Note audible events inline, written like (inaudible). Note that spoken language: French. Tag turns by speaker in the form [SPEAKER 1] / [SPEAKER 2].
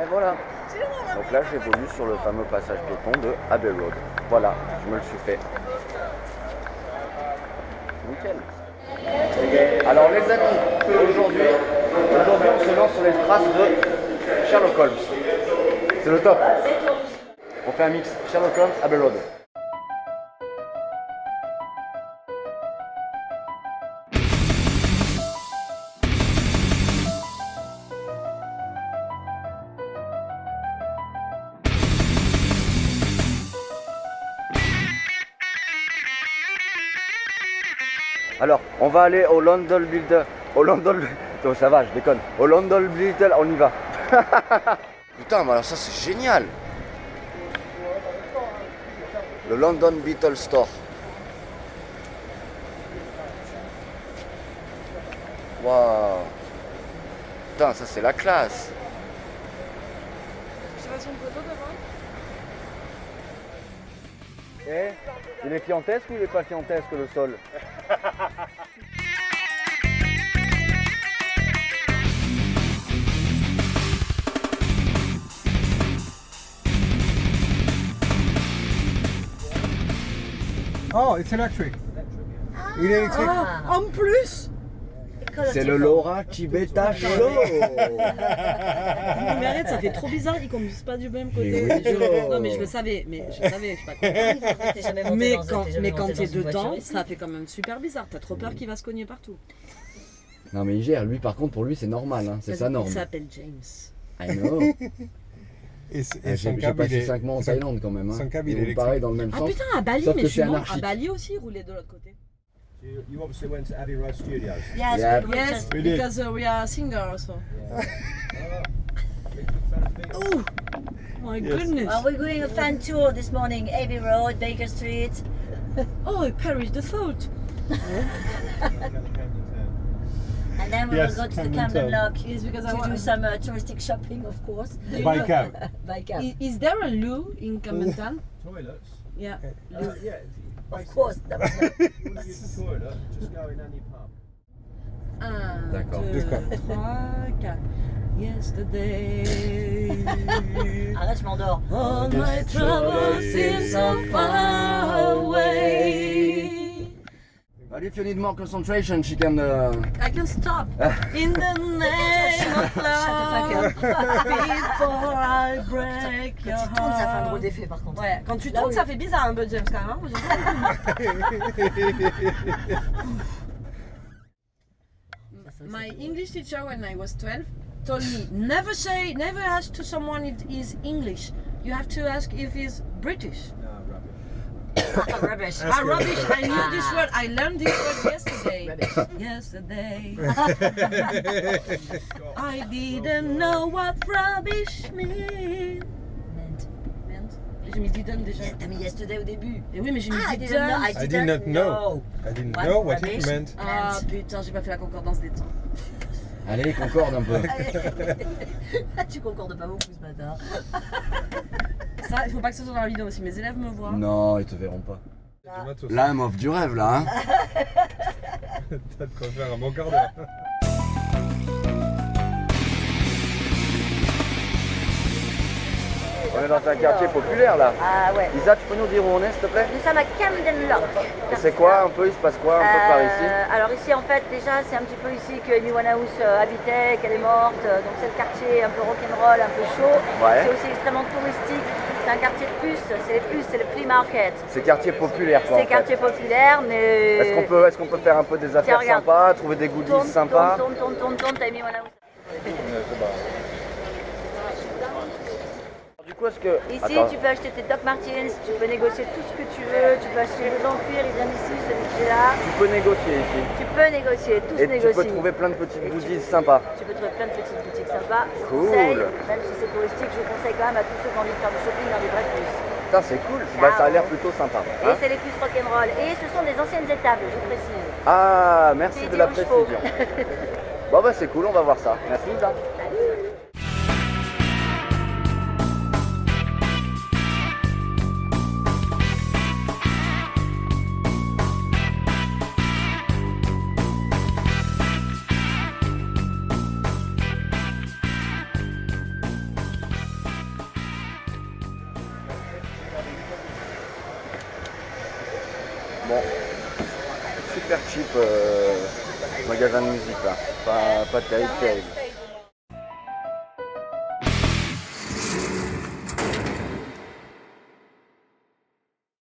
[SPEAKER 1] Et voilà. Donc là, j'évolue sur le fameux passage piéton de Abbey Road. Voilà, je me le suis fait. Nickel. Alors les amis, aujourd'hui, aujourd'hui on se lance sur les traces de Sherlock Holmes. C'est le top. On fait un mix Sherlock Holmes Abbey Road. Alors, on va aller au London Builder. Au London. Non, ça va, je déconne. Au London Builder, on y va. (laughs) Putain, mais alors ça, c'est génial. Le London Beetle Store. Waouh. Putain, ça, c'est la classe.
[SPEAKER 2] Je sais pas si on peut pas devant.
[SPEAKER 1] Eh, il est clientesque ou il est pas clientesque le sol
[SPEAKER 3] Oh, it's electric.
[SPEAKER 4] Ah.
[SPEAKER 3] Il est électrique.
[SPEAKER 2] En plus,
[SPEAKER 1] C'est le Laura Tibeta Show
[SPEAKER 5] Non, mais arrête, ça fait trop bizarre, ils conduisent pas du même côté.
[SPEAKER 1] Mais oui.
[SPEAKER 5] Je- non, mais je le savais, mais je savais, je suis pas con. Mais quand, mais quand t'es dedans, ça fait quand même super bizarre. T'as trop peur qu'il va se cogner partout.
[SPEAKER 1] Non mais il gère, lui par contre pour lui c'est normal, hein. c'est
[SPEAKER 5] Il
[SPEAKER 1] sa norme.
[SPEAKER 5] Il s'appelle James.
[SPEAKER 1] I know. Eh,
[SPEAKER 3] Et, c- et son
[SPEAKER 1] J'ai j'ai
[SPEAKER 3] câble, il
[SPEAKER 1] passé
[SPEAKER 3] est-
[SPEAKER 1] 5 mois en
[SPEAKER 3] son-
[SPEAKER 1] Thaïlande quand même. Hein.
[SPEAKER 3] son câble,
[SPEAKER 1] Ils
[SPEAKER 3] il est
[SPEAKER 1] roulent pareil dans le même
[SPEAKER 5] Ah
[SPEAKER 1] sens.
[SPEAKER 5] putain, à Bali,
[SPEAKER 1] Sauf
[SPEAKER 5] mais
[SPEAKER 1] que
[SPEAKER 5] je
[SPEAKER 1] c'est
[SPEAKER 5] suis mort. À
[SPEAKER 1] anarchique.
[SPEAKER 5] Bali aussi, rouler de l'autre côté.
[SPEAKER 6] You, you obviously went to Abbey Road Studios.
[SPEAKER 4] Yes,
[SPEAKER 1] Yeah.
[SPEAKER 4] we
[SPEAKER 2] yes,
[SPEAKER 3] We did.
[SPEAKER 2] because uh, we are singers. So. Oh my goodness!
[SPEAKER 4] Well, we're doing a fan tour this morning, Abbey Road, Baker Street.
[SPEAKER 2] Oh, I perished the thought.
[SPEAKER 4] And then we
[SPEAKER 3] Yes,
[SPEAKER 4] will go to the
[SPEAKER 3] Camden
[SPEAKER 4] Camden
[SPEAKER 3] Town.
[SPEAKER 4] Lock
[SPEAKER 2] Yes, because I
[SPEAKER 4] to do
[SPEAKER 2] want.
[SPEAKER 4] some uh, touristic shopping, of course,
[SPEAKER 3] By cab.
[SPEAKER 4] by cab.
[SPEAKER 2] Is, is there a loo in Camden?
[SPEAKER 6] Toilets?
[SPEAKER 2] yeah.
[SPEAKER 6] Uh, yeah.
[SPEAKER 4] Of course. (laughs) that was-
[SPEAKER 6] If you want to use the toilet, just go in any pub.
[SPEAKER 2] 1,
[SPEAKER 1] D'accord.
[SPEAKER 2] 2, 3, 4. Yesterday.
[SPEAKER 4] Arrête, je m'endors.
[SPEAKER 2] All my troubles seem so far away.
[SPEAKER 1] But if you need more concentration, she can. uh,
[SPEAKER 2] I can stop in the name of love before I break your
[SPEAKER 4] Quand tu tournes, ça fait un drôle
[SPEAKER 2] heart.
[SPEAKER 4] d'effet, par contre.
[SPEAKER 2] Ouais, quand tu
[SPEAKER 4] Là
[SPEAKER 2] tournes,
[SPEAKER 4] où-
[SPEAKER 2] ça fait bizarre un peu James quand même. hein, j'ai pas- (laughs) My English teacher when I was 12 told me never say, never ask to someone if he's English. You have to ask if he's British.
[SPEAKER 6] No, rubbish.
[SPEAKER 4] Rubbish.
[SPEAKER 2] Ah, rubbish! I knew (laughs) this word. I learned this word yesterday. (laughs) yesterday. I didn't know what rubbish meant.
[SPEAKER 4] Meant.
[SPEAKER 2] Meant. Je me dis donne déjà.
[SPEAKER 4] T'as mis yesterday au (laughs) début.
[SPEAKER 2] Et oui, mais je me
[SPEAKER 4] Ah, I
[SPEAKER 2] dis
[SPEAKER 4] didn't know. I
[SPEAKER 2] donne.
[SPEAKER 3] I
[SPEAKER 4] didn't
[SPEAKER 3] did not know.
[SPEAKER 4] know.
[SPEAKER 3] I didn't
[SPEAKER 4] What
[SPEAKER 3] know what
[SPEAKER 4] rubbish.
[SPEAKER 3] it meant.
[SPEAKER 2] Ah putain, j'ai pas fait la concordance des temps.
[SPEAKER 1] Allez, concorde un peu.
[SPEAKER 4] Ah, tu concordes pas beaucoup ce matin.
[SPEAKER 2] Ça, il faut pas que ce soit dans la vidéo. Si mes élèves me voient.
[SPEAKER 1] non, ils te verront pas.
[SPEAKER 3] Du matos.
[SPEAKER 1] Là, elle m'offre du rêve là. Hein.
[SPEAKER 3] T'as de quoi faire un bon quart d'heure.
[SPEAKER 1] On est dans un quartier populaire là.
[SPEAKER 4] Ah ouais.
[SPEAKER 1] Isa, tu peux nous dire où on est s'il te plaît
[SPEAKER 4] Nous sommes à Camden Lock.
[SPEAKER 1] Et C'est quoi un peu Il se passe quoi un peu par ici
[SPEAKER 4] Euh, Alors ici en fait déjà c'est un petit peu ici que Amy Winehouse euh, habitait, qu'elle est morte, euh, donc c'est le quartier un peu rock'n'roll, un peu chaud.
[SPEAKER 1] Ouais.
[SPEAKER 4] C'est aussi extrêmement touristique, c'est un quartier de puces, c'est les puces, c'est le flea market.
[SPEAKER 1] C'est quartier populaire quoi. en
[SPEAKER 4] C'est
[SPEAKER 1] fait.
[SPEAKER 4] quartier populaire mais...
[SPEAKER 1] Est-ce qu'on peut, est qu'on peut faire un peu des affaires
[SPEAKER 4] regarde.
[SPEAKER 1] sympas, trouver des goodies
[SPEAKER 4] Tourne,
[SPEAKER 1] sympas
[SPEAKER 4] tourne, tourne, tourne, tourne, tourne, t'as Amy Winehouse.
[SPEAKER 1] Du coup, est-ce que.
[SPEAKER 4] Ici
[SPEAKER 1] Attends.
[SPEAKER 4] tu peux acheter tes Doc Martens, tu peux négocier tout ce que tu veux, tu peux acheter les empires, ils viennent ici, celui qui est là.
[SPEAKER 1] Tu peux négocier ici.
[SPEAKER 4] Tu peux négocier, tout se
[SPEAKER 1] Et tu
[SPEAKER 4] négocie.
[SPEAKER 1] peux trouver plein de petites
[SPEAKER 4] Et tu-
[SPEAKER 1] goodies sympas.
[SPEAKER 4] Tu peux trouver plein de petites boutiques sympas. Je vous
[SPEAKER 1] Cool.
[SPEAKER 4] conseille, Même si c'est touristique, je vous conseille quand même à tous ceux qui ont envie de faire du shopping dans les vrais puces.
[SPEAKER 1] Putain, c'est cool. Bah, ça a l'air plutôt sympa.
[SPEAKER 4] Et
[SPEAKER 1] hein.
[SPEAKER 4] c'est les puces rock'n'roll. Et ce sont des anciennes étables, je précise.
[SPEAKER 1] Ah, merci de
[SPEAKER 4] J'ai dit
[SPEAKER 1] la
[SPEAKER 4] aux chevaux.
[SPEAKER 1] précision. bon, bah, c'est cool, on va voir ça. Merci, Isa. Bon, super cheap euh, magasin de musique là. Pas, pas terrible, terrible.